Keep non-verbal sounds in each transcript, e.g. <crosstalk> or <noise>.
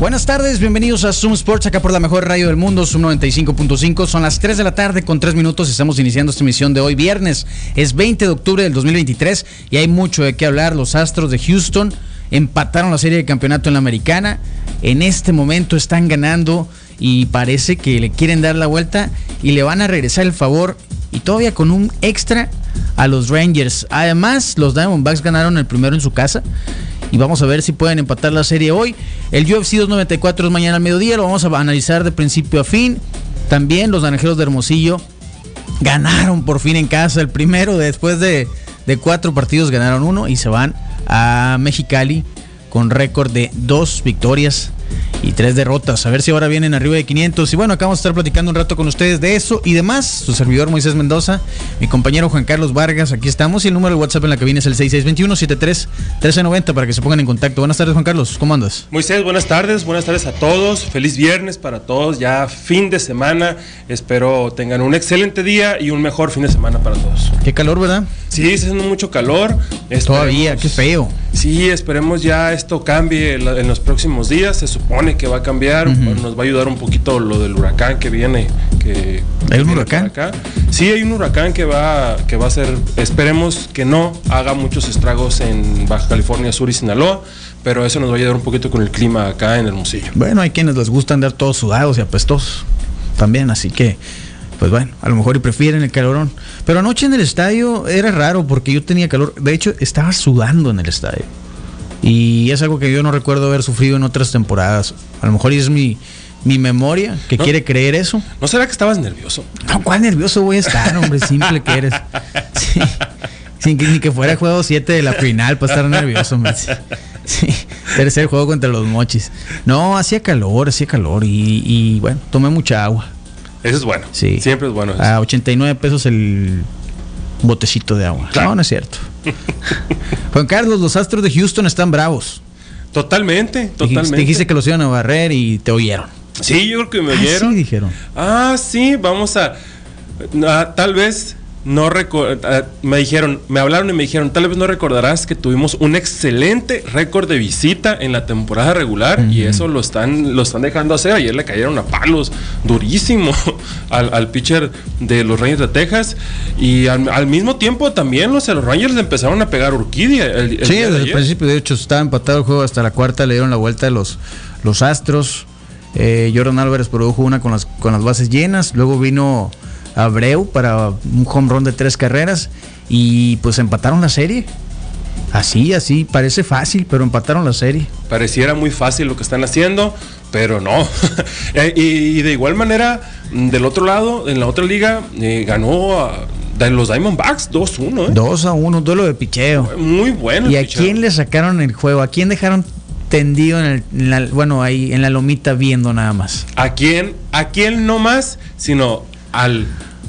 Buenas tardes, bienvenidos a Zoom Sports, acá por la mejor radio del mundo, Zoom 95.5. Son las 3 de la tarde con 3 minutos, estamos iniciando esta emisión de hoy, viernes. Es 20 de octubre del 2023 y hay mucho de qué hablar. Los Astros de Houston empataron la serie de campeonato en la americana. En este momento están ganando y parece que le quieren dar la vuelta y le van a regresar el favor y todavía con un extra a los Rangers. Además, los Diamondbacks ganaron el primero en su casa y vamos a ver si pueden empatar la serie hoy. El UFC 294 es mañana al mediodía, lo vamos a analizar de principio a fin. También los naranjeros de Hermosillo ganaron por fin en casa el primero, después de, de cuatro partidos ganaron uno y se van a Mexicali con récord de dos victorias y tres derrotas. A ver si ahora vienen arriba de 500. Y bueno, acá vamos a estar platicando un rato con ustedes de eso y demás. Su servidor Moisés Mendoza, mi compañero Juan Carlos Vargas, aquí estamos. Y el número de WhatsApp en la cabina es el 6621-73-1390 para que se pongan en contacto. Buenas tardes, Juan Carlos. ¿Cómo andas? Moisés, buenas tardes. Buenas tardes a todos. Feliz viernes para todos. Ya fin de semana. Espero tengan un excelente día y un mejor fin de semana para todos. Qué calor, ¿verdad? Sí, está haciendo mucho calor. Esperemos, Todavía, qué feo. Sí, esperemos ya esto cambie en los próximos días. Se supone que va a cambiar. Uh -huh. Nos va a ayudar un poquito lo del huracán que viene. Que ¿Hay un huracán? Acá. Sí, hay un huracán que va, que va a ser. Esperemos que no haga muchos estragos en Baja California Sur y Sinaloa. Pero eso nos va a ayudar un poquito con el clima acá en Hermosillo. Bueno, hay quienes les gusta andar todos sudados y apestosos también, así que pues bueno, a lo mejor y prefieren el calorón. Pero anoche en el estadio era raro porque yo tenía calor. De hecho, estaba sudando en el estadio. Y es algo que yo no recuerdo haber sufrido en otras temporadas. A lo mejor es mi, mi memoria que no, quiere creer eso. ¿No será que estabas nervioso? No, ¿cuán nervioso voy a estar, hombre? Simple que eres. Sí. Sin que, ni que fuera juego 7 de la final para estar nervioso, hombre. Sí. Tercer juego contra los mochis. No, hacía calor, hacía calor. Y, y bueno, tomé mucha agua. Eso es bueno. Sí. Ah. Siempre es bueno. Eso. A 89 pesos el botecito de agua. Claro. No, no es cierto. Juan Carlos, los Astros de Houston están bravos. Totalmente, totalmente. Te dijiste que los iban a barrer y te oyeron. Sí, yo creo que me oyeron. Ah, sí, dijeron. Ah, sí, vamos a, a tal vez no me dijeron, me hablaron y me dijeron, tal vez no recordarás que tuvimos un excelente récord de visita en la temporada regular uh -huh. y eso lo están, lo están dejando hacer. Ayer le cayeron a palos durísimo <laughs> al, al pitcher de los Rangers de Texas y al, al mismo tiempo también los, los Rangers le empezaron a pegar orquídea. El, el sí, desde de el principio, de hecho, estaba empatado el juego hasta la cuarta, le dieron la vuelta a los, los Astros. Eh, Jordan Álvarez produjo una con las, con las bases llenas, luego vino... Abreu para un home run de tres carreras y pues empataron la serie. Así, así, parece fácil, pero empataron la serie. Pareciera muy fácil lo que están haciendo, pero no. <laughs> y, y, de igual manera, mm, del otro lado, en la otra liga, eh, ganó a los Diamondbacks 2-1. 2 eh. a 1, duelo de picheo. Muy bueno. ¿Y a picheo. quién le sacaron el juego? ¿A quién dejaron tendido en, el, en la, bueno, ahí en la lomita viendo nada más? ¿A quién? ¿A quién no más? Sino al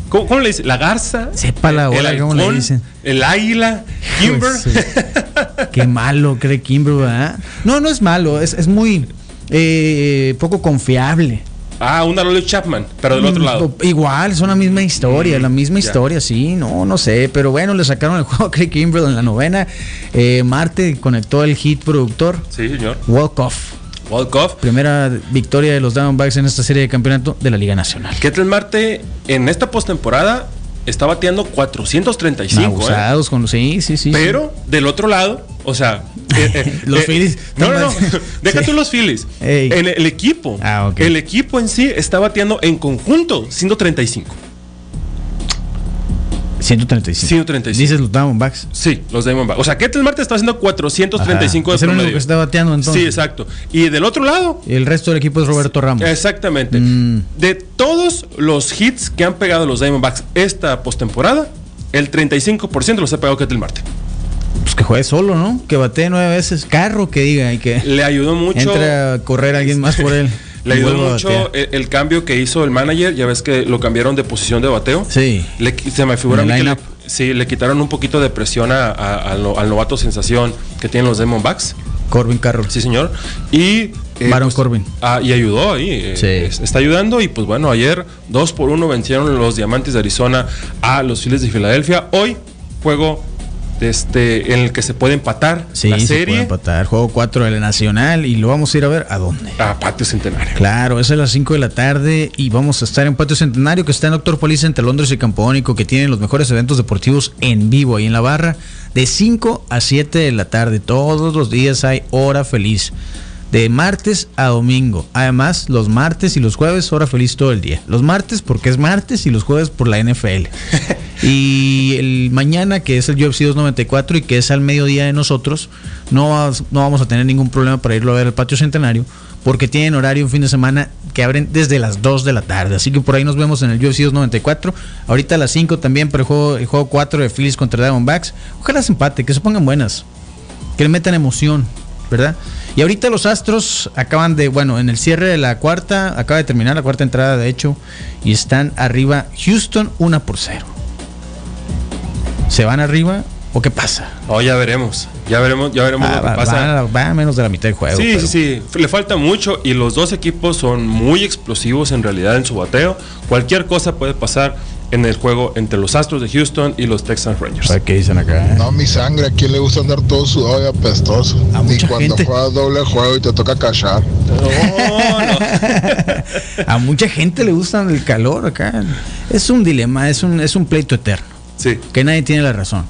¿Cómo, ¿Cómo, le dicen? La garza. Sepa la hora, el ¿cómo le dicen? El águila, Kimber. Pues, eh, qué malo cree Kimber, ¿verdad? No, no es malo, es, es muy eh, poco confiable. <laughs> Ah, una Lolly Chapman, pero del otro lado. Igual, son la misma historia, mm, la misma ya. historia, sí, no, no sé. Pero bueno, le sacaron el <laughs> juego a Craig Kimbrell en la novena. Eh, Marte conectó el hit productor. Sí, señor. Walk off. Walkoff. Primera victoria de los Diamondbacks en esta serie de campeonato de la Liga Nacional. Ketel Marte en esta postemporada está bateando 435. Abusados eh. con los. Sí, sí, sí. Pero sí. del otro lado, o sea. eh, eh, <laughs> los Phillies. No, no, no. <laughs> Deja sí. tú los Phillies. Ey. En el equipo. Ah, okay. El equipo en sí está bateando en conjunto 135. 135. 135. Dices los Diamondbacks. Sí, los Diamondbacks. O sea, Ketel Marte está haciendo 435 Ajá. Es el único que está bateando entonces. Sí, exacto. Y del otro lado. El resto del equipo es Roberto Ramos. Exactamente. Mm. De todos los hits que han pegado los Diamondbacks esta postemporada, el 35% los ha pegado Ketel Marte. Pues que juegue solo, ¿no? Que batee nueve veces. Carro que diga y que. Le ayudó mucho. Entra a correr a alguien más por él. <laughs> Le ayudó Vuelvo a mucho eh. e-, batear. el, el cambio que hizo el manager. Ya ves que lo cambiaron de posición de bateo. Sí. Le qui- se me figura a En mí el que le, lineup. sí, le quitaron un poquito de presión a- a- al no- al novato sensación que tienen los Demonbacks. Corbin Carroll. Sí, señor. Y. eh, Baron pues, Corbin. ah, y ayudó ahí. eh, Sí. es- Está ayudando. Y pues bueno, ayer 2 por 1 vencieron los Diamantes de Arizona a los Phillies de Filadelfia. Hoy juego este, en el que se puede empatar Sí, la se serie puede empatar. Juego 4 de la Nacional y lo vamos a ir a ver a dónde. a Patio Centenario. Claro, es a las 5 de la tarde y vamos a estar en Patio Centenario que está en Doctor Police entre Londres y Campónico, que tienen los mejores eventos deportivos en vivo ahí en la barra, de 5 a 7 de la tarde. Todos los días hay hora feliz, de martes a domingo. Además, los martes y los jueves, hora feliz todo el día. Los martes porque es martes y los jueves por la NFL. y el mañana, que es el UFC 294 y que es al mediodía de nosotros, no, vas- no vamos a tener ningún problema para irlo a ver al Patio Centenario porque tienen horario un fin de semana que abren desde las 2 de la tarde. Así que por ahí nos vemos en el UFC 294. Ahorita a las 5 también, pero el juego, el juego 4 de Phillies contra Diamondbacks. Ojalá se empate, que se pongan buenas, que le metan emoción, ¿verdad? Y ahorita los Astros acaban de, bueno, en el cierre de la cuarta, acaba de terminar la cuarta entrada, de hecho, y están arriba Houston 1 por 0. ¿Se van arriba o qué pasa? No, ya veremos. Ya veremos, ya veremos Va, lo que Ah, va- pasa. va a la- va a menos de la mitad del juego. Sí, pero- sí, sí, le falta mucho y los dos equipos son muy explosivos en realidad en su bateo. Cualquier cosa puede pasar en el juego entre los Astros de Houston y los Texas Rangers. ¿Sabe qué dicen acá? eh? No, mi sangre, ¿a quién le gusta andar todo sudado y apestoso? A Ni mucha cuando gente. juegas doble juego y te toca callar. <laughs> No, no. A mucha gente le gustan el calor acá. Es un dilema, es un, es un pleito eterno. Sí. Que nadie tiene la razón.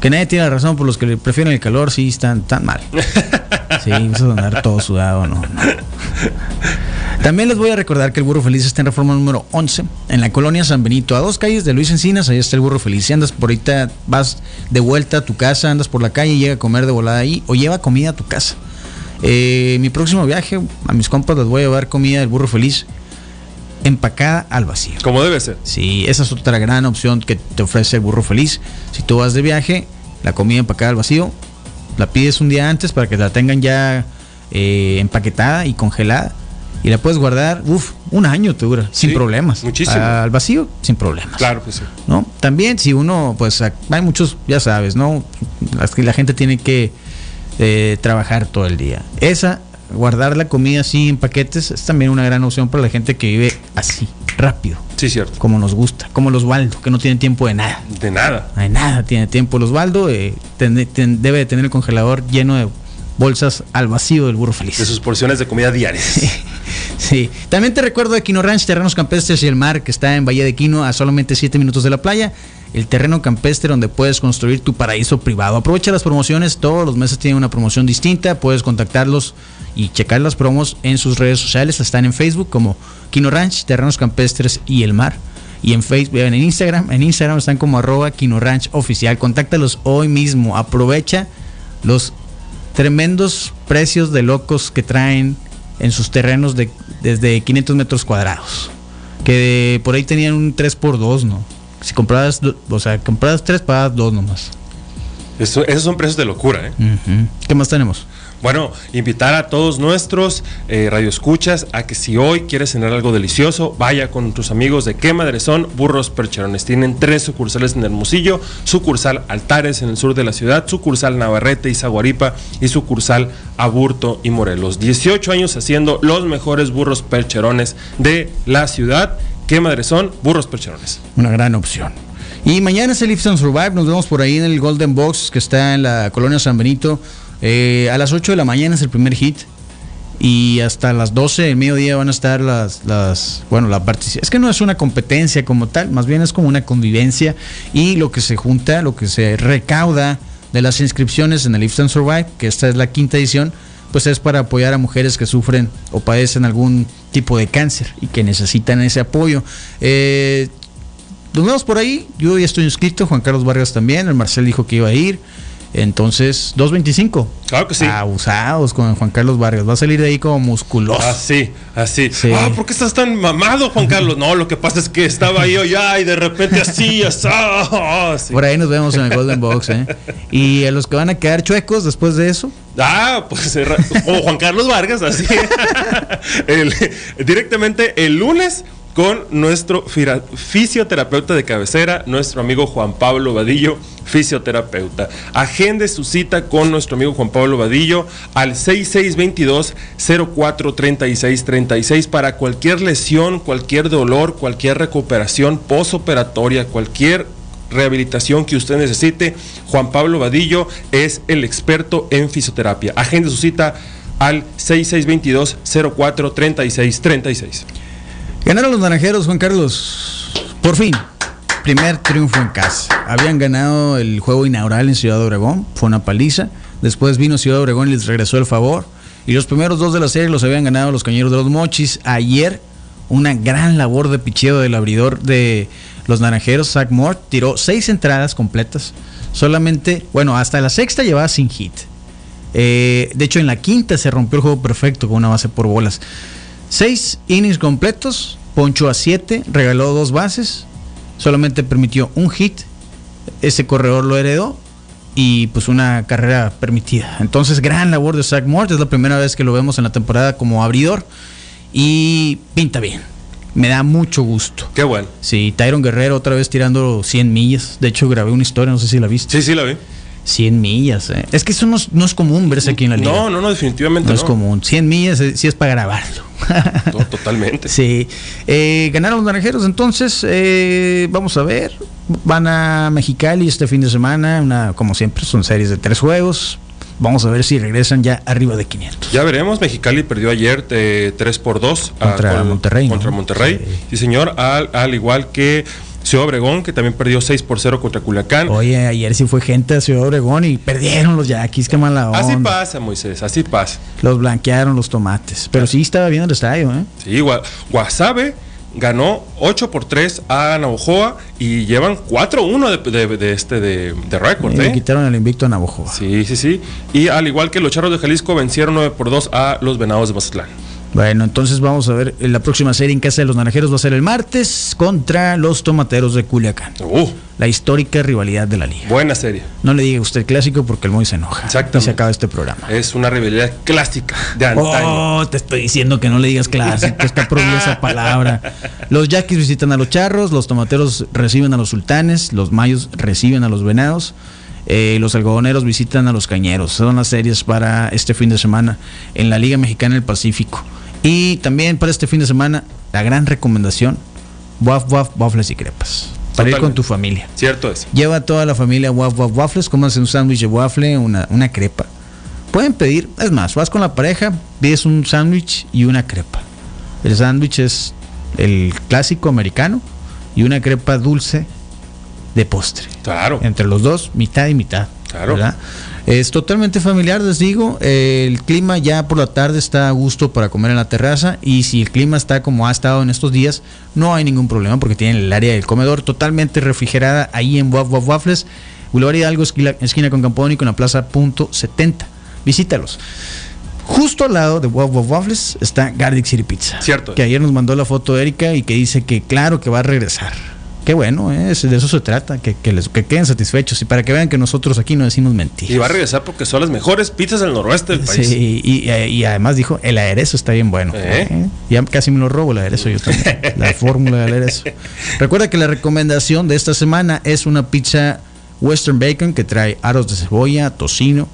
Que nadie tiene la razón por los que le prefieren el calor, sí están tan mal. Sí, eso de andar todo sudado, no, no. También les voy a recordar que el Burro Feliz está en reforma número 11, en la colonia San Benito, a dos calles de Luis Encinas, ahí está el Burro Feliz. Si andas por ahorita, vas de vuelta a tu casa, andas por la calle, llega a comer de volada ahí o lleva comida a tu casa. Eh, mi próximo viaje, a mis compas les voy a llevar comida del Burro Feliz empacada al vacío. Como debe ser. Sí, esa es otra gran opción que te ofrece el burro feliz. Si tú vas de viaje, la comida empacada al vacío, la pides un día antes para que la tengan ya eh, empaquetada y congelada. Y la puedes guardar, uff, un año te dura, sin Sí, problemas. muchísimo. Al vacío, sin problemas. Claro que sí. ¿no? También si uno, pues ac- hay muchos, ya sabes, ¿no? Las que la gente tiene que eh, trabajar todo el día. Esa, guardar la comida así en paquetes, es también una gran opción para la gente que vive así, rápido Sí, cierto. como nos gusta, como los Osvaldo, que no tiene tiempo de nada. De nada. De nada tiene tiempo el Osvaldo, eh, ten- ten- debe de tener el congelador lleno de bolsas al vacío del burro feliz. De sus porciones de comida diarias. Sí, también te recuerdo de Quino Ranch, Terrenos Campestres y el Mar, que está en Bahía de Quino, a solamente 7 minutos de la playa. El terreno campestre donde puedes construir tu paraíso privado. Aprovecha las promociones, todos los meses tienen una promoción distinta. Puedes contactarlos y checar las promos en sus redes sociales. Están en Facebook como Quino Ranch, Terrenos Campestres y el Mar. Y en Facebook, en Instagram, en Instagram están como arroba Quino Ranch Oficial. Contáctalos hoy mismo. Aprovecha los tremendos precios de locos que traen en sus terrenos de, desde 500 metros cuadrados. Que por ahí tenían un 3x2, ¿no? Si comprabas, do- o sea, comprabas 3, pagabas 2 nomás. Eso- esos son precios de locura, ¿eh? Ujú. ¿Qué más tenemos? Bueno, invitar a todos nuestros eh, radioescuchas a que si hoy quieres cenar algo delicioso, vaya con tus amigos de Qué Madre Son Burros Percherones. Tienen tres sucursales en Hermosillo, sucursal Altares en el sur de la ciudad, sucursal Navarrete y Zaguaripa y sucursal Aburto y Morelos. 18 años haciendo los mejores burros percherones de la ciudad. Qué Madre Son Burros Percherones. Una gran opción. Y mañana es el Ifs and Survive. Nos vemos por ahí en el Golden Box que está en la colonia San Benito. Eh, a las 8 de la mañana es el primer hit. Y hasta las 12 del mediodía van a estar las, las bueno, la participación. Es que no es una competencia como tal, más bien es como una convivencia. Y lo que se junta, lo que se recauda de las inscripciones en el Ifs and Survive, que esta es la quinta edición, pues es para apoyar a mujeres que sufren o padecen algún tipo de cáncer y que necesitan ese apoyo. Eh, nos vemos por ahí. Yo ya estoy inscrito, Juan Carlos Vargas también. El Marcel dijo que iba a ir. Entonces, Ah, 2.25. Claro que sí. Abusados con Juan Carlos Vargas. Va a salir de ahí como musculoso. Así, así. Sí. Ah, ¿por qué estás tan mamado, Juan Carlos? No, lo que pasa es que estaba yo ya y de repente así, asá, así. Por ahí nos vemos en el Golden Box. ¿eh? Y a los que van a quedar chuecos después de eso, Ah, pues eh, ra- o Juan Carlos Vargas, así. <laughs> El- directamente el lunes con nuestro fira- fisioterapeuta de cabecera, nuestro amigo Juan Pablo Vadillo, fisioterapeuta. Agende su cita con nuestro amigo Juan Pablo Vadillo al 6622-043636 para cualquier lesión, cualquier dolor, cualquier recuperación posoperatoria, cualquier rehabilitación que usted necesite. Juan Pablo Vadillo es el experto en fisioterapia. Agende su cita al 6622-043636. Ganaron los naranjeros, Juan Carlos. Por fin. Primer triunfo en casa. Habían ganado el juego inaugural en Ciudad Obregón. Fue una paliza. Después vino Ciudad Obregón y les regresó el favor. Y los primeros dos de la serie los habían ganado los cañeros de los Mochis. Ayer, una gran labor de picheo del abridor de los naranjeros, Zach Moore, tiró seis entradas completas. Solamente, bueno, hasta la sexta llevaba sin hit. Eh, de hecho, en la quinta se rompió el juego perfecto con una base por bolas. Seis innings completos, poncho a siete, regaló dos bases, solamente permitió un hit, ese corredor lo heredó y pues una carrera permitida. Entonces, gran labor de Zach Moore, es la primera vez que lo vemos en la temporada como abridor y pinta bien. Me da mucho gusto. Qué bueno. Sí, Tyron Guerrero otra vez tirando 100 millas. De hecho, grabé una historia, no sé si la viste. Sí, sí, la vi. 100 millas, eh. Es que eso no es, no es común verse aquí en la liga. No, no, no, definitivamente No no. es común. 100 millas eh, sí es para grabarlo. To- <laughs> Totalmente. sí. Eh, ganaron los naranjeros, entonces eh, vamos a ver. Van a Mexicali este fin de semana. Una, como siempre, son series de tres juegos. Vamos a ver si regresan ya arriba de 500. Ya veremos, Mexicali perdió ayer 3 por 2 Contra Monterrey, ¿no? Contra Monterrey. Sí. Sí, señor, al, al igual que Ciudad Obregón, que también perdió 6 por 0 contra Culiacán. Oye, ayer sí fue gente de Ciudad Obregón y perdieron los yaquis. Qué mala onda. Así pasa, Moisés, así pasa. Los blanquearon los tomates. Pero sí estaba bien el estadio, ¿eh? Sí, Gua- Guasave ganó 8 por 3 a Navojoa y llevan 4-1 de, de- de este de, de récord. Le ¿eh? quitaron el invicto a Navojoa. Sí, sí, sí. Y al igual que los Charros de Jalisco vencieron 9 por 2 a los Venados de Mazatlán. Bueno, entonces vamos a ver. eh, La próxima serie en casa de los naranjeros va a ser el martes contra los tomateros de Culiacán. Uh, La histórica rivalidad de la liga. buena serie. No le diga usted clásico porque el Moy se enoja. Exactamente. Y se acaba este programa. Es una rivalidad clásica de antaño. Oh, te estoy diciendo que no le digas clásico, está prohibida esa palabra. Los yaquis visitan a los charros, los tomateros reciben a los sultanes, los mayos reciben a los venados, eh, los algodoneros visitan a los cañeros. Son las series para este fin de semana en la Liga Mexicana del Pacífico. Y también para este fin de semana, la gran recomendación: waf, waf, waffles y crepas. Para ir con Totalmente. tu familia. Cierto es. Lleva a toda la familia Waf Waf Waffles, cómanse un sándwich de waffle, una, una crepa. Pueden pedir, es más, vas con la pareja, pides un sándwich y una crepa. El sándwich es el clásico americano y una crepa dulce de postre. Claro. Entre los dos, mitad y mitad. Claro. ¿verdad? Es totalmente familiar, les digo. eh, El clima ya por la tarde está a gusto para comer en la terraza. Y si el clima está como ha estado en estos días, no hay ningún problema porque tienen el área del comedor totalmente refrigerada ahí en Waf Waf Waffles, Boulevard Hidalgo, esquila- esquina con Campón y con la plaza punto 70. Visítalos. Justo al lado de Waf Waf Waffles está Garlic City Pizza. Cierto. Que ayer nos mandó la foto Erika y que dice que claro que va a regresar. Qué bueno, ¿eh? Es- de eso se trata, que, que les, que queden satisfechos y para que vean que nosotros aquí no decimos mentiras. Y va a regresar porque son las mejores pizzas del noroeste del país. Sí, y, y- y además dijo, el aderezo está bien bueno. ¿Eh? ¿Eh? Ya casi me lo robo el aderezo yo también. <laughs> la fórmula del aderezo. Recuerda que la recomendación de esta semana es una pizza Western Bacon que trae aros de cebolla, tocino,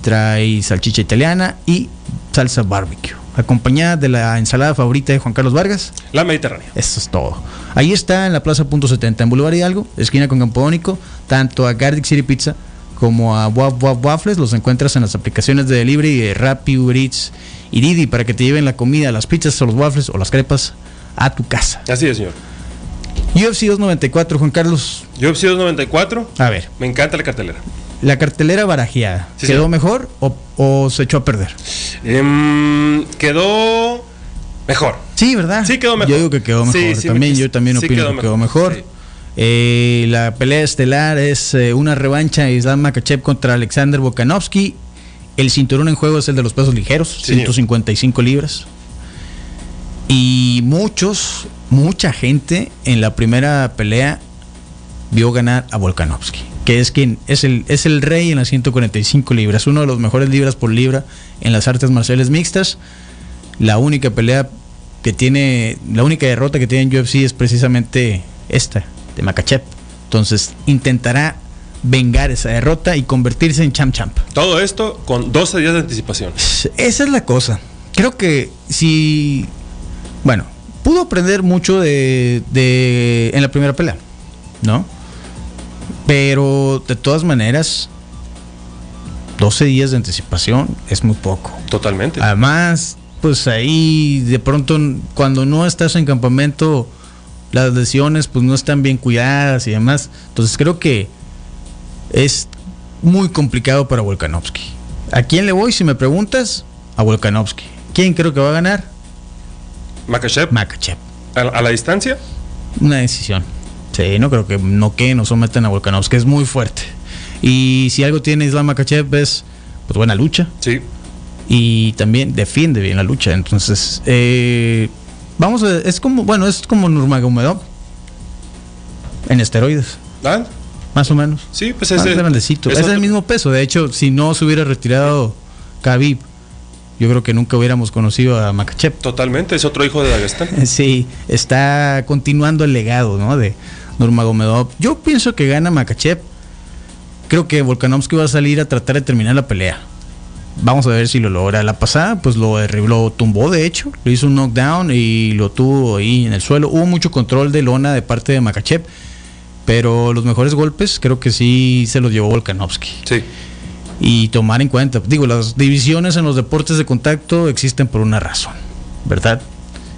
trae salchicha italiana y salsa barbecue. Acompañada de la ensalada favorita de Juan Carlos Vargas. La Mediterránea. Eso es todo. Ahí está en la Plaza Punto 70, en Boulevard Hidalgo, esquina con Campodónico, tanto a Garlic City Pizza como a Wap Wap Waffles. Los encuentras en las aplicaciones de delivery de Rappi, Uber Eats y Didi para que te lleven la comida, las pizzas o los waffles o las crepas a tu casa. Así es, señor. UFC 294, Juan Carlos. Yo he sido 94. A ver, Me encanta la cartelera. la cartelera barajeada, Sí, ¿quedó señor. mejor o, o se echó a perder? Em, quedó mejor. Sí, ¿verdad? Sí, quedó mejor. Yo digo que quedó Sí, mejor. sí, también, sí, yo también sí opino quedó que quedó mejor, mejor. sí. Eh, la pelea estelar es eh, una revancha de Islam Makachev contra Alexander Bokanovsky. El cinturón en juego es el de los pesos ligeros, Sí. 155 libras. Y muchos, mucha gente en la primera pelea vio ganar a Volkanovski, que es quien es el, es el rey en las 145 libras, uno de los mejores libras por libra en las artes marciales mixtas. La única pelea que tiene, la única derrota que tiene en UFC es precisamente esta, de Makachev. Entonces intentará vengar esa derrota y convertirse en champ champ. Todo esto con 12 días de anticipación. Esa es la cosa. Creo que si. Bueno, pudo aprender mucho de, de- en la primera pelea, ¿no? Pero de todas maneras, 12 días de anticipación es muy poco. Totalmente. Ah, Además, pues ahí de pronto n- cuando no estás en campamento, las lesiones pues no están bien cuidadas y demás. Entonces creo que es muy complicado para Volkanovski. ¿A quién le voy si me preguntas? A Volkanovski. ¿Quién creo que va a ganar? Makachev, Makachev. a, a la distancia, Una decisión. Sí, no creo que no que no sometan a Volkanovski, es muy fuerte. Y si algo tiene Islam Makachev es pues buena lucha sí. y también defiende bien la lucha. Entonces, eh, vamos a, es como, bueno, es como Nurmagomedov en esteroides, Ah, más o menos. Sí, pues Más ese grandecito. es Es, el otro- mismo peso. De hecho, si no se hubiera retirado Khabib, yo creo que nunca hubiéramos conocido a Makachev. Totalmente, es otro hijo de Dagestán. <laughs> Sí, está continuando el legado, ¿no? De Nurmagomedov. Yo pienso que gana Makachev. Creo que Volkanovski va a salir a tratar de terminar la pelea. Vamos a ver si lo logra. La pasada, pues lo derribó, lo tumbó, de hecho. Le hizo un knockdown y lo tuvo ahí en el suelo. Hubo mucho control de lona de parte de Makachev. Pero los mejores golpes creo que sí se los llevó Volkanovski Sí. y tomar en cuenta. Digo, las divisiones en los deportes de contacto existen por una razón, ¿verdad?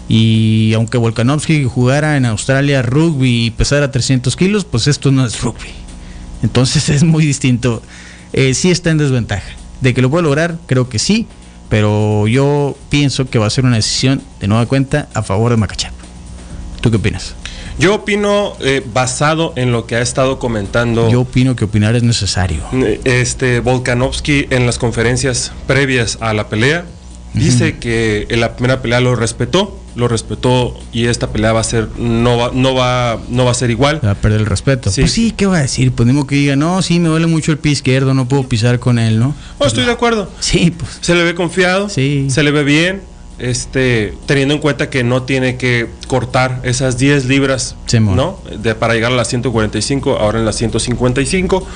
Y aunque Volkanovski jugara en Australia rugby y pesara 300 kilos, pues esto no es rugby. Entonces <laughs> es muy distinto. Eh, sí está en desventaja. De que lo puede lograr, creo que sí, pero yo pienso que va a ser una decisión de nueva cuenta a favor de Macachap. ¿Tú qué opinas? Yo opino eh, basado en lo que ha estado comentando Yo opino que opinar es necesario. este Volkanovski en las conferencias previas a la pelea. Dice que en la primera pelea lo respetó, lo respetó y esta pelea va a ser no va no va no va a ser igual. Se va a perder el respeto. Sí. Pues sí, ¿qué va a decir? Pues mismo que diga, no, sí, me duele mucho el pie izquierdo, no puedo pisar con él, ¿no? Oh, estoy de acuerdo. Sí, pues. Se le ve confiado, Sí. se le ve bien, este, teniendo en cuenta que no tiene que cortar esas 10 libras, Simón. ¿no? De, para llegar a las 145, ahora en las 155.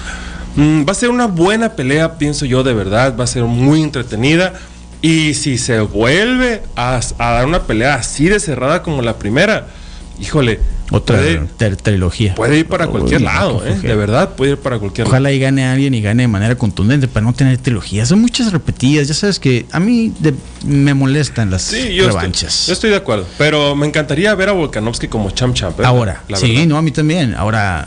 Mm, va a ser una buena pelea, pienso yo, de verdad, va a ser muy entretenida. Y si se vuelve a, a dar una pelea así de cerrada como la primera, híjole, Otra puede, ter- trilogía. puede ir para Uy, cualquier no, lado, qué ¿eh? flojera. De verdad, puede ir para cualquier lado. Ojalá y gane alguien y gane de manera contundente para no tener trilogías. Son muchas repetidas, ya sabes que a mí de- me molestan las Sí, yo estoy, revanchas. yo estoy de acuerdo. Pero me encantaría ver a Volkanovski como champ champ. ¿eh? Ahora, La sí, verdad. no, a mí también. Ahora,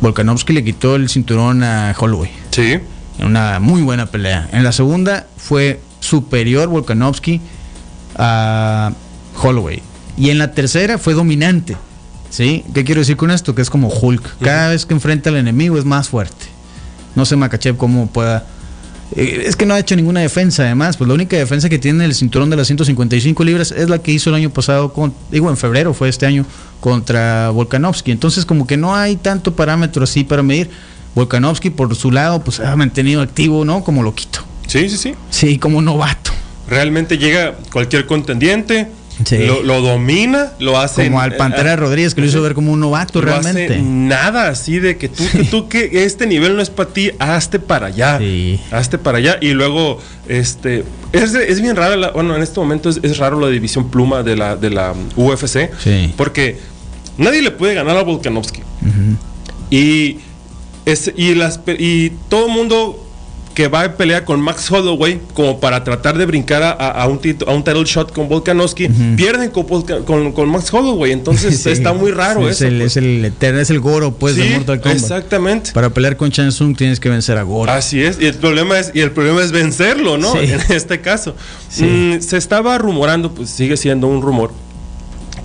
Volkanovski le quitó el cinturón a Holloway. Sí, en una muy buena pelea. En la segunda fue superior Volkanovski a Holloway. Y en la tercera fue dominante. ¿Sí? ¿Qué quiero decir con esto? Que es como Hulk. Cada vez que enfrenta al enemigo es más fuerte. No sé Makachev cómo pueda... eh, Es que no ha hecho ninguna defensa, además. Pues la única defensa que tiene el cinturón de las 155 libras es la que hizo el año pasado, con, digo, en febrero fue este año, contra Volkanovski. Entonces, como que no hay tanto parámetro así para medir. Volkanovski, por su lado, pues ha mantenido activo, ¿no? Como loquito. sí, sí, sí. Sí, como novato. Realmente llega cualquier contendiente, Sí. lo, lo domina, lo hace. Como al Pantera eh, Rodríguez, que lo hizo ver como un novato lo hace realmente. nada así de que tú, que tú, que este nivel no es para ti, hazte para allá. Sí. Hazte para allá. Y luego, este. Es, es bien raro, la- bueno, en este momento es, es raro la división pluma de la, de la UFC. Sí. Porque nadie le puede ganar a Volkanovski. Y, es, y, las, pe- y todo el mundo que va a pelear con Max Holloway como para tratar de brincar a, a- a un, tit- a un title shot con Volkanovski, pierden con, Volka- con, con Max Holloway. Entonces <laughs> Sí. está muy raro es eso. El, pues. Es el eterno, es el Goro, pues, Sí, de Mortal Kombat. exactamente. Para pelear con Chan Sung tienes que vencer a Goro. Así es, y el problema es, y el problema es vencerlo, ¿no? Sí. <laughs> En este caso. Sí. Mm, se estaba rumorando, pues sigue siendo un rumor,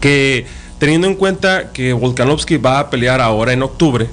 que teniendo en cuenta que Volkanovski va a pelear ahora en octubre,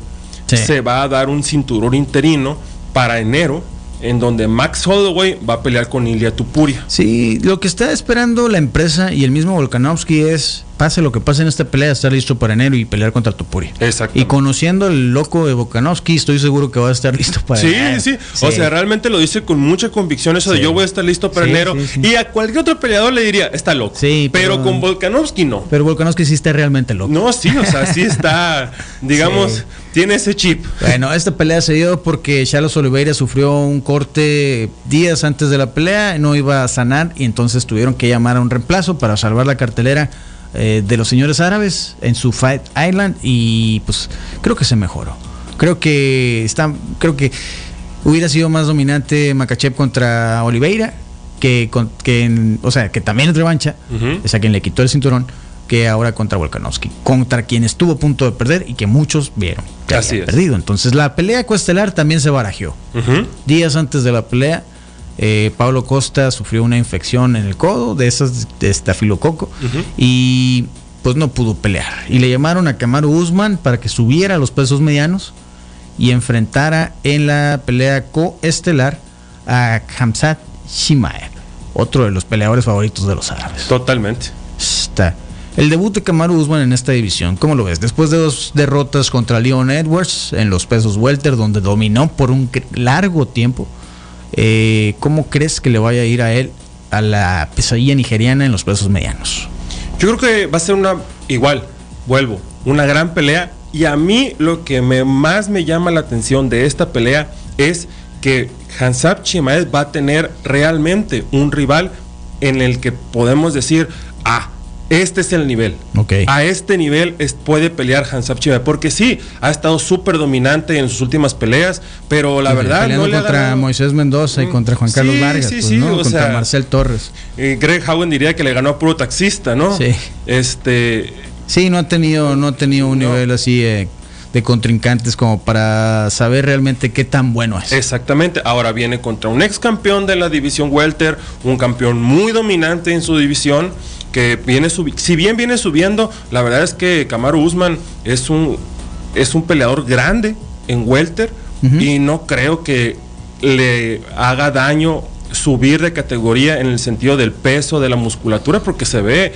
Sí. se va a dar un cinturón interino para enero, en donde Max Holloway va a pelear con Ilia Tupuria. Sí, lo que está esperando la empresa y el mismo Volkanovski es, pase lo que pase en esta pelea, estar listo para enero y pelear contra Topuri. Exactamente. Y conociendo el loco de Volkanovski, estoy seguro que va a estar listo para Sí, enero. sí, O sea, realmente lo dice con mucha convicción eso de Sí. yo voy a estar listo para Sí, enero. sí, sí. Y a cualquier otro peleador le diría, está loco. Sí, pero, pero- con Volkanovski no. Pero Volkanovski sí está realmente loco. No, sí, o sea, sí está, digamos, Sí. tiene ese chip. Bueno, esta pelea se dio porque Charles Oliveira sufrió un corte días antes de la pelea, no iba a sanar y entonces tuvieron que llamar a un reemplazo para salvar la cartelera eh, de los señores árabes en su Fight Island y pues creo que se mejoró. Creo que está, creo que hubiera sido más dominante Makachev contra Oliveira que, con- que en- o sea, que también es revancha, Ujú. o sea, quien le quitó el cinturón que ahora contra Volkanovski, contra quien estuvo a punto de perder y que muchos vieron que Así había es. perdido. Entonces la pelea coestelar también se barajó. Ujú. Días antes de la pelea, eh, Pablo Costa sufrió una infección en el codo de esas de estafilococo Ujú. y pues no pudo pelear. Y le llamaron a Kamaru Usman para que subiera a los pesos medianos y enfrentara en la pelea coestelar a Hamzat Shimaev, otro de los peleadores favoritos de los árabes. Totalmente. Está. El debut de Kamaru Usman en esta división, ¿cómo lo ves? Después de dos derrotas contra Leon Edwards en los pesos welter, donde dominó por un cre- largo tiempo, eh, ¿cómo crees que le vaya a ir a él a la pesadilla nigeriana en los pesos medianos? Yo creo que va a ser una, igual, vuelvo, una gran pelea. Y a mí lo que me, más me llama la atención de esta pelea es que Hansab Chimaev va a tener realmente un rival en el que podemos decir, ah, este es el nivel. Ok. A este nivel es- puede pelear Hansab Chimaev. Porque sí, ha estado súper dominante en sus últimas peleas, pero la verdad... Peleando no le ha contra ganado. Moisés Mendoza y Mm, contra Juan Carlos sí, Vargas, sí, pues, sí, ¿no? o contra sea, Marcel Torres. eh, Greg Howen diría que le ganó a puro taxista, ¿no? Sí. Este, Sí, no ha tenido, no ha tenido un No. nivel así eh, de contrincantes como para saber realmente qué tan bueno es. Exactamente. Ahora viene contra un ex campeón de la división welter, un campeón muy dominante en su división, que viene subi- si bien viene subiendo, la verdad es que Kamaru Usman es un es un peleador grande en welter Ujú. y no creo que le haga daño subir de categoría en el sentido del peso de la musculatura porque se ve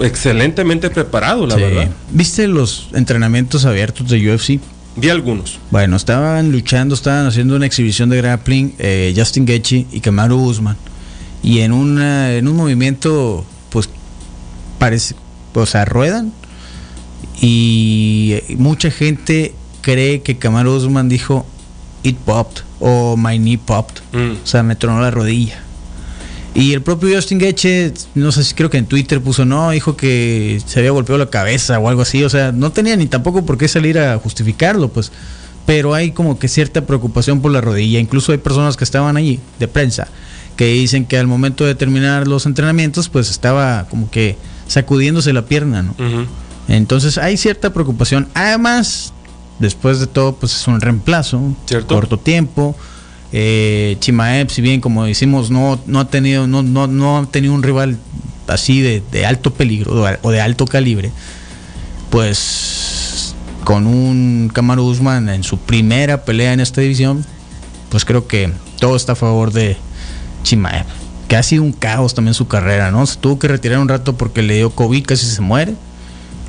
excelentemente preparado, la Sí. verdad. ¿Viste los entrenamientos abiertos de UFC? Vi algunos. Bueno, estaban luchando, estaban haciendo una exhibición de grappling eh, Justin Gaethje y Kamaru Usman. Y en, una, en un movimiento, pues, parece, o sea, ruedan. Y eh, mucha gente cree que Kamaru Usman dijo, it popped, o my knee popped. Mm. O sea, me tronó la rodilla. Y el propio Justin Gaethje, no sé si creo que en Twitter puso, no, dijo que se había golpeado la cabeza o algo así. O sea, no tenía ni tampoco por qué salir a justificarlo, pues. Pero hay como que cierta preocupación por la rodilla. Incluso hay personas que estaban allí, de prensa, que dicen que al momento de terminar los entrenamientos, pues estaba como que sacudiéndose la pierna, ¿no? Ujú. Entonces hay cierta preocupación. Además, después de todo, pues es un reemplazo, Cierto. corto tiempo. Eh, Chimaev, si bien como decimos, no, no ha tenido, no, no, no ha tenido un rival así de, de alto peligro o de- o de alto calibre, pues con un Kamaru Usman en su primera pelea en esta división, pues creo que todo está a favor de Chimaev, que ha sido un caos también su carrera, ¿no? Se tuvo que retirar un rato porque le dio COVID, casi se muere.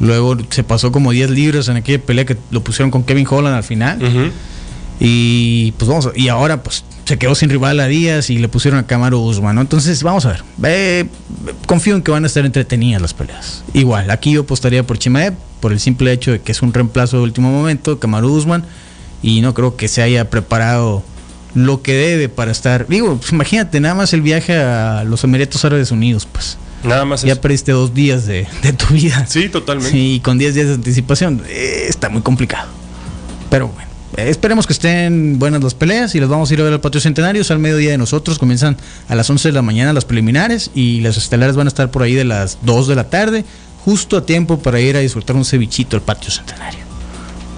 Luego se pasó como 10 libras en aquella pelea que lo pusieron con Kevin Holland al final. Ujú. Y pues vamos, a- y ahora pues se quedó sin rival a Díaz y le pusieron a Camaro Usman, ¿no? Entonces vamos a ver. Eh, confío en que van a estar entretenidas las peleas. Igual, aquí yo apostaría por Chimaev por el simple hecho de que es un reemplazo de último momento, Camaro Usman, y no creo que se haya preparado lo que debe para estar. Digo, pues, imagínate nada más el viaje a los Emiratos Árabes Unidos, pues. Nada más Ya eso. perdiste dos días de, de tu vida. Sí, totalmente. Sí, y con 10 días de anticipación eh, está muy complicado. Pero bueno, eh, esperemos que estén buenas las peleas y las vamos a ir a ver al Patio Centenarios al mediodía de nosotros. Comienzan a las 11 de la mañana las preliminares y las estelares van a estar por ahí de las 2 de la tarde, justo a tiempo para ir a disfrutar un cevichito al Patio Centenario.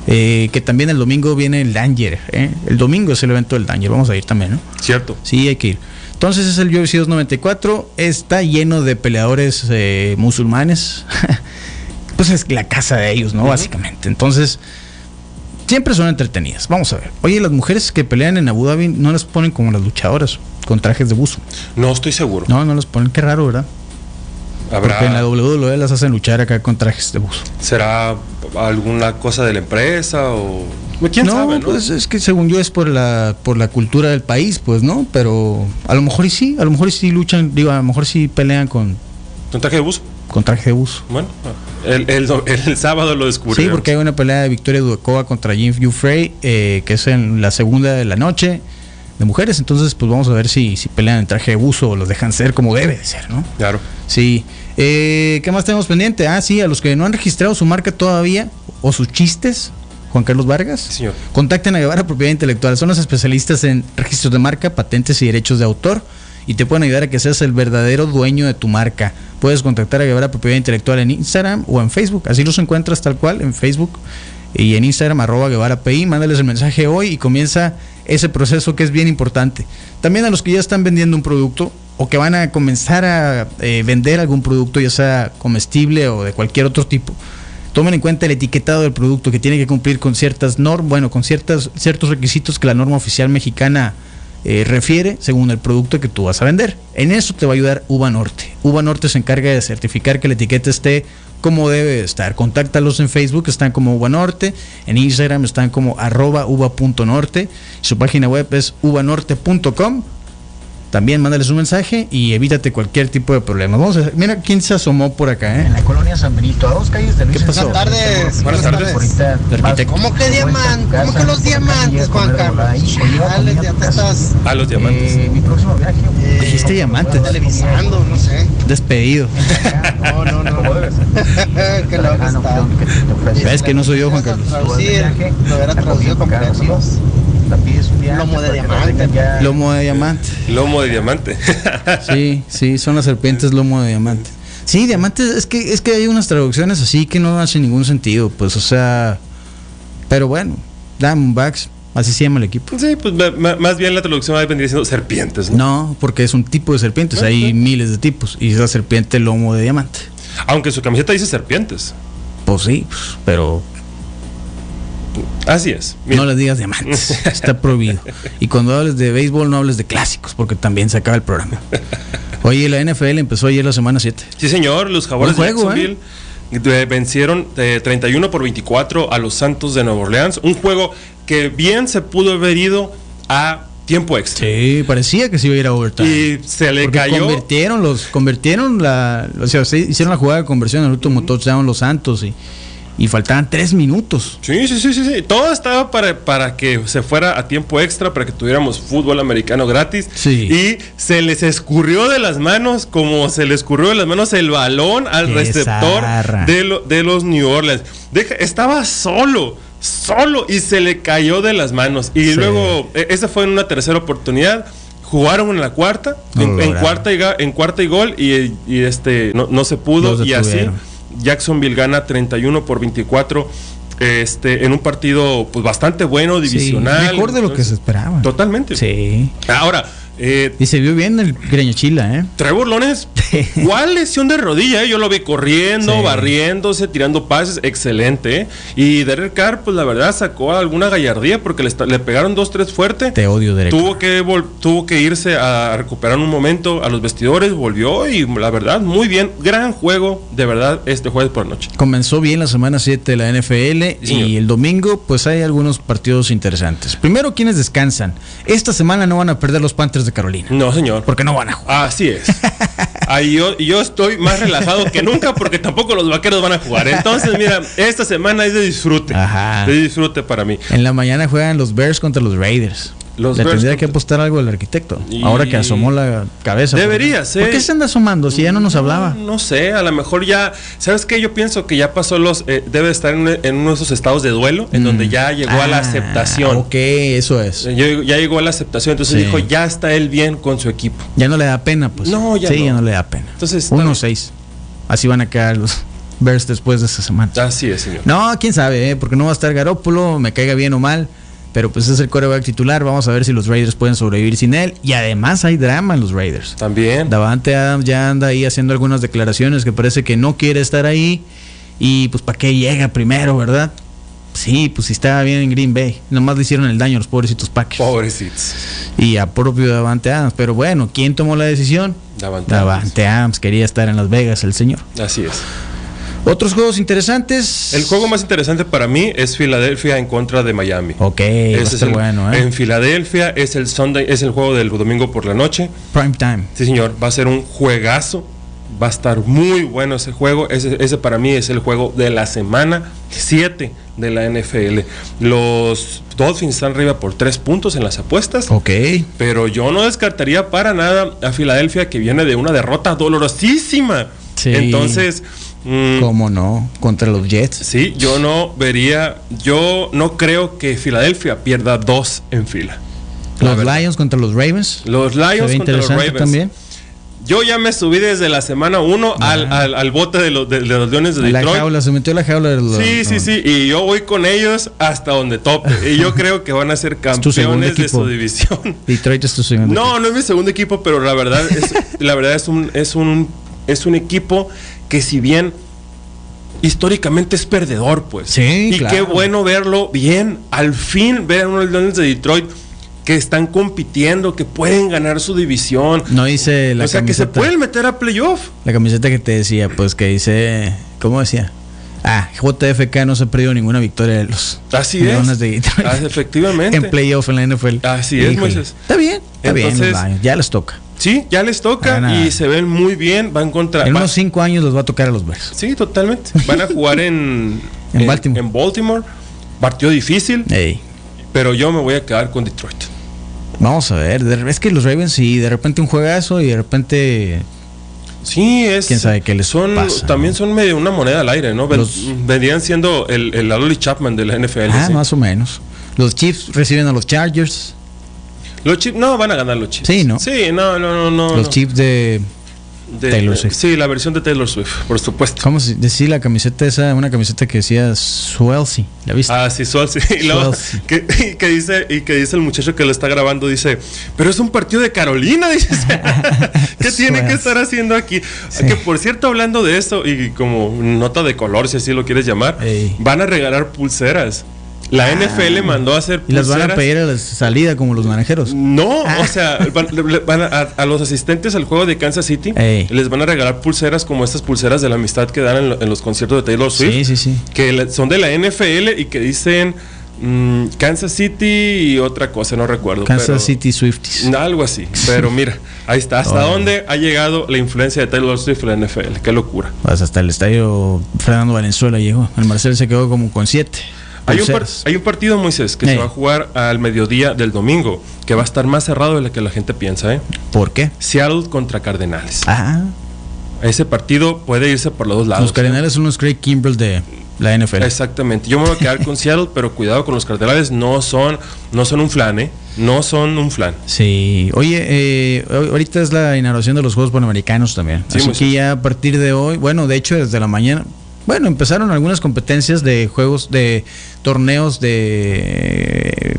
Eh, que también el domingo viene el Danger. ¿eh? El domingo es el evento del Danger. Vamos a ir también, ¿no? Cierto. Sí, hay que ir. Entonces es el UFC 294. Está lleno de peleadores eh, musulmanes. <laughs> pues es la casa de ellos, ¿no? Básicamente. Entonces, siempre son entretenidas. Vamos a ver. Oye, las mujeres que pelean en Abu Dhabi no las ponen como las luchadoras, con trajes de buzo. No estoy seguro. No, no las ponen. Qué raro, ¿verdad? Porque en la Habrá, WWE las hacen luchar acá con trajes de buzo. ¿Será alguna cosa de la empresa o quién no, sabe? ¿no? pues es que según yo es por la por la cultura del país, pues, ¿no? Pero a lo mejor y sí, a lo mejor y sí luchan, digo, a lo mejor sí pelean con, ¿Un traje de buzo? con traje de buzo. Bueno, el, el, <laughs> el sábado lo descubrí. Sí, porque hay una pelea de Victoria Dudakova contra Jim Dufresne, eh, que es en la segunda de la noche de mujeres. Entonces, pues vamos a ver si, si pelean en traje de buzo o los dejan ser como debe de ser, ¿no? Claro. Sí. Eh, ¿Qué más tenemos pendiente? Ah, sí, a los que no han registrado su marca todavía o sus chistes, Juan Carlos Vargas. señor. Contacten a Guevara Propiedad Intelectual. Son los especialistas en registros de marca, patentes y derechos de autor. Y te pueden ayudar a que seas el verdadero dueño de tu marca. Puedes contactar a Guevara Propiedad Intelectual en Instagram o en Facebook. Así los encuentras tal cual en Facebook y en Instagram, arroba Guevara PI. Mándales el mensaje hoy y comienza ese proceso que es bien importante. También a los que ya están vendiendo un producto o que van a comenzar a eh, vender algún producto, ya sea comestible o de cualquier otro tipo tomen en cuenta el etiquetado del producto que tiene que cumplir con ciertas normas, bueno, con ciertas, ciertos requisitos que la norma oficial mexicana eh, refiere según el producto que tú vas a vender. En eso te va a ayudar Uva Norte. Uva Norte se encarga de certificar que la etiqueta esté como debe de estar. Contáctalos en Facebook, están como Uva Norte, en Instagram están como arroba uva.norte, su página web es uvanorte.com. También mándales un mensaje y evítate cualquier tipo de problema. Vamos a, mira quién se asomó por acá, ¿eh? en la colonia San Benito, a dos calles de Luis ¿Qué pasó? Enrique. Buenas tardes. Por Buenas tardes. ahorita El vas- arquitecto. ¿Cómo que vuelta a tu diamante? casa, ¿Cómo que los por la diamantes, calle, Juan comer Carlos? volada y comida, Chales, comida a ya tu te casa. estás A los diamantes. Eh, mi próximo viaje. eh, Dijiste diamantes. televisando, no sé. Despedido. No, no, no. <laughs> que Ah, la hora está. Ves que no soy yo, Juan Lo Carlos. hubieras traducir, lo hubiera traducido completo. ¿no? Lomo de diamante. Lomo de <laughs> diamante. Lomo de diamante. <laughs> Sí, sí, son las serpientes lomo de diamante. Sí, diamantes, es que, es que hay unas traducciones así que no hacen ningún sentido, pues, o sea. Pero bueno, Diamondbacks, así se llama el equipo. sí, pues ma- ma- más bien la traducción vendría siendo serpientes, ¿no? No, porque es un tipo de serpientes, hay miles de tipos, y es la serpiente lomo de diamante. Aunque su camiseta dice serpientes. Pues sí, pues, pero Así es. Mira, no les digas <laughs> diamantes, está prohibido. Y cuando hables de béisbol, no hables de clásicos, porque también se acaba el <laughs> programa. Oye, la NFL empezó ayer la semana 7. Sí, señor, los jaguares Buen juego, de Jacksonville eh, vencieron eh, 31 por 24 a los Santos de Nueva Orleans. Un juego que bien se pudo haber ido a tiempo extra. Sí, parecía que se iba a ir a overtime. Y se le Porque cayó. Convirtieron los, convirtieron la, o sea, se hicieron la jugada de conversión el último touchdown los Santos y, y faltaban tres minutos. Sí, sí, sí, sí, sí. Todo estaba para, para que se fuera a tiempo extra, para que tuviéramos fútbol americano gratis. Sí. Y se les escurrió de las manos, como se les escurrió de las manos el balón al Qué receptor zarra. de, lo- de los New Orleans. Deja- estaba solo, solo, y se le cayó de las manos. Y Sí. luego, e- esa fue en una tercera oportunidad. Jugaron en la cuarta, No en, lo en lograron. cuarta y, ga- en cuarta y gol, y, y este no, no se pudo, Los y así. detuvieron. Jacksonville gana 31 por 24 este, en un partido pues, bastante bueno, divisional. Sí, mejor de lo que se Entonces, esperaba. Totalmente. Sí. Ahora, eh, Y se vio bien el Greñachila, ¿eh? <laughs> Trevor Lawrence, ¿cuál lesión de rodilla? eh? Yo lo vi corriendo, Sí. barriéndose, tirando pases, excelente. eh. Y Derek Carr, pues la verdad, sacó alguna gallardía porque le, esta- le pegaron dos, tres fuerte. Te odio, Derek. Tuvo que, vol- tuvo que irse a recuperar un momento a los vestidores, volvió y la verdad, muy bien. Gran juego, de verdad, este jueves por la noche. Comenzó bien la semana 7 de la NFL Sí, señor. y el domingo pues hay algunos partidos interesantes. Primero, quienes descansan. Esta semana no van a perder los Panthers de Carolina, No, señor. porque no van a jugar. <laughs> Así es. Ahí yo, yo estoy más relajado que nunca porque tampoco los vaqueros van a jugar. Entonces, mira, esta semana es de disfrute. Ajá. De disfrute para mí. En la mañana juegan los Bears contra los Raiders. Los Le Bears tendría que contra- apostar algo al arquitecto. Y- Ahora que asomó la cabeza. Debería ¿Por- ser. ¿Por qué se anda asomando si ya no nos hablaba? Mm, No, no sé, a lo mejor ya. ¿Sabes qué? Yo pienso que ya pasó los. eh, debe estar en, en uno de esos estados de duelo en donde ya llegó a la Ah, aceptación. Ok, eso es. Eh, yo- ya llegó a la aceptación. Entonces Sí. dijo, ya está él bien con su equipo. Ya no le da pena, pues. No, ya Sí, no. ya no le da pena. Entonces, está 1-6. Así van a quedar los Bears después de esta semana. Así es, señor. No, quién sabe, ¿eh? porque no va a estar Garópolo, me caiga bien o mal. Pero pues es el coreback titular. Vamos a ver si los Raiders pueden sobrevivir sin él. Y además hay drama en los Raiders. También. Davante Adams ya anda ahí haciendo algunas declaraciones que parece que no quiere estar ahí Y pues, ¿para qué llega primero, verdad? Sí, pues si estaba bien en Green Bay. Nomás le hicieron el daño a los pobrecitos Packers. Pobrecitos. Y a propio Davante Adams. Pero bueno, ¿quién tomó la decisión? Davante Davante Adams. Quería estar en Las Vegas, el señor. Así es. Otros juegos interesantes. El juego más interesante para mí es Filadelfia en contra de Miami. Ok, va a Ese es estar el- bueno, ¿eh? En Filadelfia es el Sunday, es el juego del domingo por la noche. Prime time. Sí, señor, va a ser un juegazo. Va a estar muy bueno ese juego. Ese, ese para mí es el juego de la semana 7 de la NFL. Los Dolphins están arriba por 3 puntos en las apuestas. Ok. Pero yo no descartaría para nada a Filadelfia que viene de una derrota dolorosísima. Sí. Entonces, mm, ¿Cómo no? Contra los Jets. sí, yo no vería, yo no creo que Filadelfia pierda dos en fila. La Los verdad. Lions contra los Ravens. Los Se Lions ve contra los interesante Ravens. también. Ah. Yo ya me subí desde la semana 1 al, al- al bote de los, de, de los Leones de La Detroit. jaula, se metió la jaula. de los- Sí, sí, sí. Y yo voy con ellos hasta donde tope. <laughs> Y yo creo que van a ser tu segundo campeones de equipo. su división. Detroit es tu <laughs> segundo. No, no es mi segundo equipo, pero la verdad es, la verdad es un, es un, es un equipo que si bien históricamente es perdedor, pues. Sí, Y claro. qué bueno verlo bien. Al fin ver a unos Leones de Detroit que están compitiendo, que pueden ganar su división. No hice la o sea, que se camiseta. pueden meter a playoff. La camiseta que te decía, pues que dice. ¿Cómo decía? Ah, JFK no se ha perdido ninguna victoria de los Así Leones es. de Detroit. Ah, efectivamente. En playoff en la NFL. Así es, Moisés. Está bien, está bien. Entonces- los Lions, ya les toca. Sí, ya les toca Van a- y se ven muy bien. Van contra. En va- unos 5 años los va a tocar a los Bears. Sí, totalmente. Van a jugar en, <laughs> En Baltimore. Eh. En Baltimore. Partido difícil, Ey, pero yo me voy a quedar con Detroit. vamos a ver. de- Es que los Ravens, sí, de repente un juegazo y de repente Sí, es. Quién sabe qué les son, pasa, También ¿no? son medio una moneda al aire, ¿no? Ven- Los- Vendrían siendo el, el Aloy Chapman de la NFL. Ah, sí. más o menos. Los Chiefs reciben a los Chargers. Los Chiefs, no, van a ganar los Chiefs. Sí, ¿no? Sí, no, no, no. no, los no. Chiefs de. De- Taylor Swift. Sí, la versión de Taylor Swift, por supuesto. ¿Cómo se decía la camiseta esa? Una camiseta que decía Swelsey. ¿La viste? Ah, sí, Sol, sí. Y luego, Sol. que, y que dice, y que dice el muchacho que lo está grabando, dice, pero es un partido de Carolina, <laughs> dice. o sea, <laughs> ¿Qué tiene Suena. que estar haciendo aquí? Sí. Que por cierto, hablando de eso, y como nota de color, si así lo quieres llamar, Ey. Ah. van a regalar pulseras. La NFL mandó a hacer y las pulseras. van a pedir Ah. a la salida como los naranjeros. No, o sea, van, le- le- van a, a- a los asistentes al juego de Kansas City Ey. les van a regalar pulseras como estas pulseras de la amistad que dan en, lo- en los conciertos de Taylor Swift Sí, sí, sí. que la- son de la NFL y que dicen mm, Kansas City y otra cosa, no recuerdo. Kansas pero- City Swifties. Algo así. Pero mira, ahí está. ¿Hasta Órale. dónde ha llegado la influencia de Taylor Swift en la NFL? Qué locura. Vas Pues hasta el estadio Fernando Valenzuela llegó. El Marcel se quedó como con siete. Hay un, par- pulseras. hay un partido, Moisés, que Ey. se va a jugar al mediodía del domingo, que va a estar más cerrado de lo que la gente piensa, ¿eh? ¿Por qué? Seattle contra Cardenales. Ah, Ese partido puede irse por los dos lados. ¿eh? los cardenales son los Craig Kimbrell de la NFL. Exactamente. Yo me voy a quedar con Seattle, pero cuidado con los Cardenales. No son, no son un flan, ¿eh? No son un flan. Sí, oye, eh, ahor- ahorita es la inauguración de los Juegos Panamericanos también. Sí, Así muy que ya a partir de hoy, bueno, de hecho desde la mañana, bueno, empezaron algunas competencias de juegos, de torneos de eh,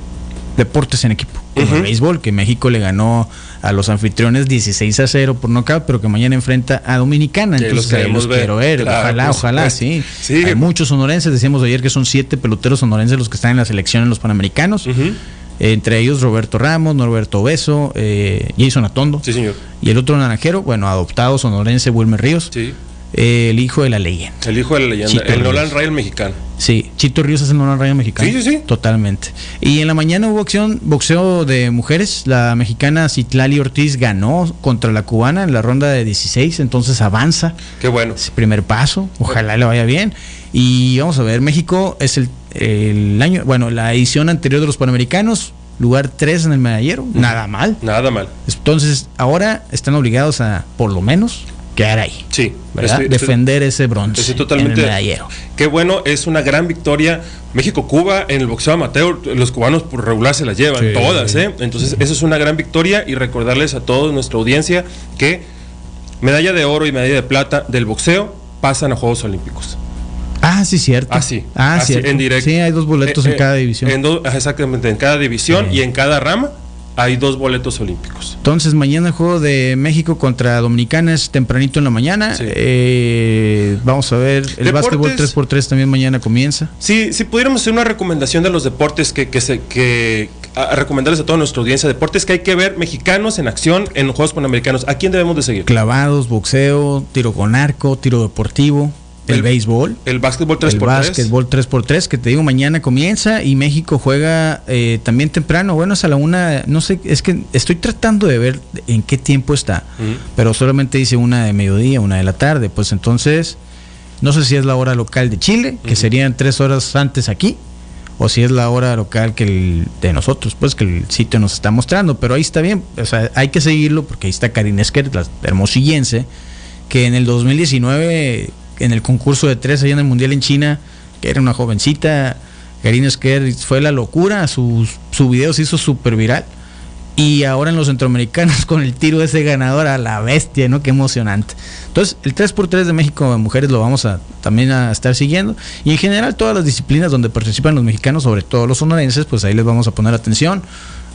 deportes en equipo. Como el Ujú. béisbol, que México le ganó a los anfitriones 16 a 0 por nocaut, pero que mañana enfrenta a Dominicana. Que Entonces los queremos los ver. quiero ver. Claro, ojalá, por ojalá, supuesto. sí. Sí. Hay muchos sonorenses, decíamos ayer que son siete peloteros sonorenses los que están en la selección en los Panamericanos. Ujú. Entre ellos Roberto Ramos, Norberto Beso, eh, Jason Atondo. Sí, señor. Y el otro naranjero, bueno, adoptado sonorense Wilmer Ríos. Sí. eh, el hijo de la leyenda. El hijo de la leyenda. Chito el Ríos. Nolan Ryan mexicano. Sí, Chito Ríos es el Nolan Ryan mexicano. Sí, sí, sí. Totalmente. Y en la mañana hubo acción, boxeo de mujeres. La mexicana Citlali Ortiz ganó contra la cubana en la ronda de 16, entonces avanza. Qué bueno. Ese primer paso, ojalá le vaya bien. Y vamos a ver, México es el, el año, bueno, la edición anterior de los Panamericanos, lugar 3 en el medallero, nada mal. Nada mal. Entonces, ahora están obligados a, por lo menos, quedar ahí. Sí. ¿verdad? Estoy- estoy- Defender ese bronce estoy totalmente. en el medallero. Qué bueno. Es una gran victoria. México-Cuba en el boxeo amateur. Los cubanos por regular se las llevan Sí. todas, ¿eh? Entonces, eso es una gran victoria y recordarles a toda nuestra audiencia que medalla de oro y medalla de plata del boxeo pasan a Juegos Olímpicos. Ah, sí, cierto. Así. Ah, así, cierto. en directo. Sí, hay dos boletos Eh, en cada eh, división. en dos- exactamente, en cada división Sí. y en cada rama hay dos boletos olímpicos. Entonces, mañana el juego de México contra Dominicana es tempranito en la mañana. Sí. Eh, vamos a ver, el Deportes. básquetbol 3x3 también mañana comienza. Si, si pudiéramos hacer una recomendación de los deportes que, que se que a- a recomendarles a toda nuestra audiencia, deportes que hay que ver mexicanos en acción en los Juegos Panamericanos, ¿a quién debemos de seguir? Clavados, boxeo, tiro con arco, tiro deportivo, el, El- béisbol. El básquetbol 3x3. El básquetbol 3x3, que te digo, mañana comienza y México juega eh, también temprano. Bueno, es a la una, no sé, es que estoy tratando de ver en qué tiempo está, Ujú. pero solamente dice una de mediodía, una de la tarde. Pues entonces, no sé si es la hora local de Chile, que Ujú. serían tres horas antes aquí, o si es la hora local que el, de nosotros, pues que el sitio nos está mostrando. Pero ahí está bien, o sea, hay que seguirlo porque ahí está Karina Esquer, la hermosillense que en el 2019, en el concurso de tres allá en el Mundial en China, que era una jovencita, Karina Esquer, fue la locura, su, su video se hizo súper viral. Y ahora en los centroamericanos <laughs> con el tiro ese ganador a la bestia, ¿no? Qué emocionante. Entonces, el 3x3 de México de mujeres lo vamos a también a estar siguiendo. Y en general todas las disciplinas donde participan los mexicanos, sobre todo los sonorenses, pues ahí les vamos a poner atención.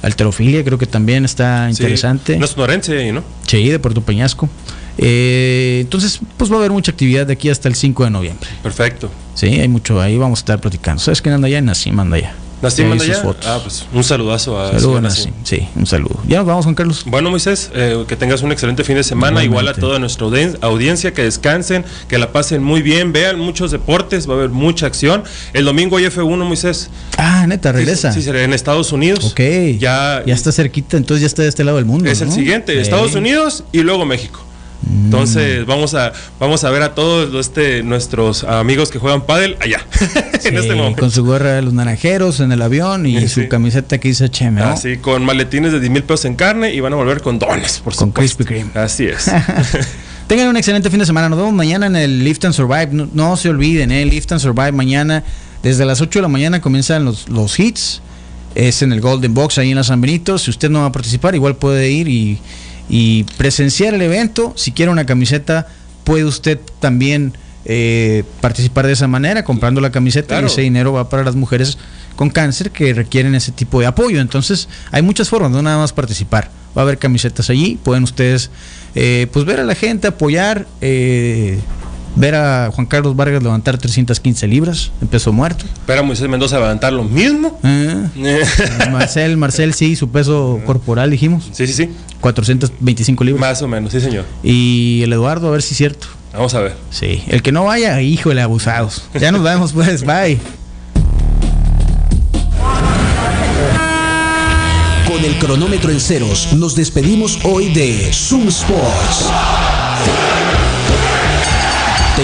Alterofilia creo que también está Sí. interesante. No es sonorense ahí, ¿no? Sí, de Puerto Peñasco. Eh, entonces, pues va a haber mucha actividad de aquí hasta el 5 de noviembre. Perfecto. Sí, hay mucho, ahí vamos a estar platicando. ¿Sabes quién anda allá? Nassim anda allá. Nassim Ahí manda Eh, sus ya. fotos. Ah, pues un saludazo a Saludos, señor Nassim. Sí, un saludo. Ya nos vamos, Juan Carlos. Bueno, Moisés, eh, que tengas un excelente fin de semana. Igual a Igualmente. toda nuestra audien- audiencia, que descansen, que la pasen muy bien, vean muchos deportes, va a haber mucha acción. El domingo hay F1, Moisés. Ah, neta, regresa. Sí, sí, será en Estados Unidos. ok. Ya, ya está cerquita, entonces ya está de este lado del mundo. es el ¿no? siguiente, Eh, Estados Unidos y luego México. Mm. Entonces vamos a vamos a ver a todos los- este, nuestros amigos que juegan pádel allá <laughs> en este sí, momento. Con su gorra de los naranjeros en el avión y Sí, su sí. camiseta que dice HM. ¿no? Así con maletines de 10 mil pesos en carne y van a volver con dones, por Con supuesto. Krispy Kreme. Así es. <laughs> Tengan un excelente fin de semana. Nos vemos mañana en el Lift and Survive. No, no se olviden, ¿eh? Lift and Survive mañana. Desde las 8 de la mañana comienzan los, los hits. Es en el Golden Box, ahí en la San Benito. Si usted no va a participar, igual puede ir y, y presenciar el evento. Si quiere una camiseta, puede usted también eh, participar de esa manera, comprando la camiseta. Claro. Y ese dinero va para las mujeres con cáncer que requieren ese tipo de apoyo. Entonces, hay muchas formas, no nada más participar. Va a haber camisetas allí, pueden ustedes eh, pues ver a la gente, apoyar, eh, ver a Juan Carlos Vargas levantar 315 libras, empezó muerto. Espera Moisés Mendoza va a levantar lo mismo. <laughs> Ah, Marcel, Marcel sí, su peso corporal dijimos, Sí, sí, sí. 425 libras. Más o menos, sí, señor. Y el Eduardo, a ver si es cierto. Vamos a ver. Sí, el que no vaya, híjole, abusados. Ya nos vemos pues, bye. Con el cronómetro en ceros, nos despedimos hoy de Zoom Sports. Te